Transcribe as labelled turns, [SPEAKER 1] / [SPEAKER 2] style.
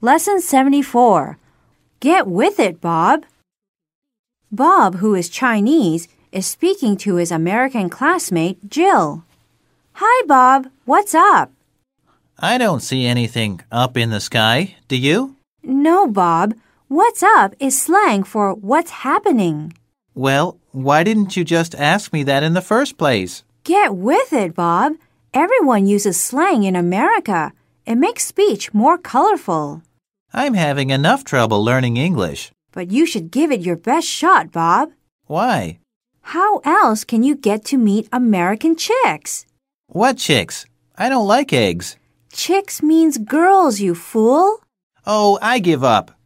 [SPEAKER 1] Lesson 74. Get with it, Bob. Bob, who is Chinese, is speaking to his American classmate, Jill. Hi, Bob. What's up?
[SPEAKER 2] I don't see anything up in the sky, do you?
[SPEAKER 1] No, Bob. What's up is slang for what's happening.
[SPEAKER 2] Well, why didn't you just ask me that in the first place?
[SPEAKER 1] Get with it, Bob. Everyone uses slang in America. It makes speech more colorful.
[SPEAKER 2] I'm having enough trouble learning English.
[SPEAKER 1] But you should give it your best shot, Bob.
[SPEAKER 2] Why?
[SPEAKER 1] How else can you get to meet American chicks?
[SPEAKER 2] What chicks? I don't like eggs.
[SPEAKER 1] Chicks means girls, you fool.
[SPEAKER 2] Oh, I give up.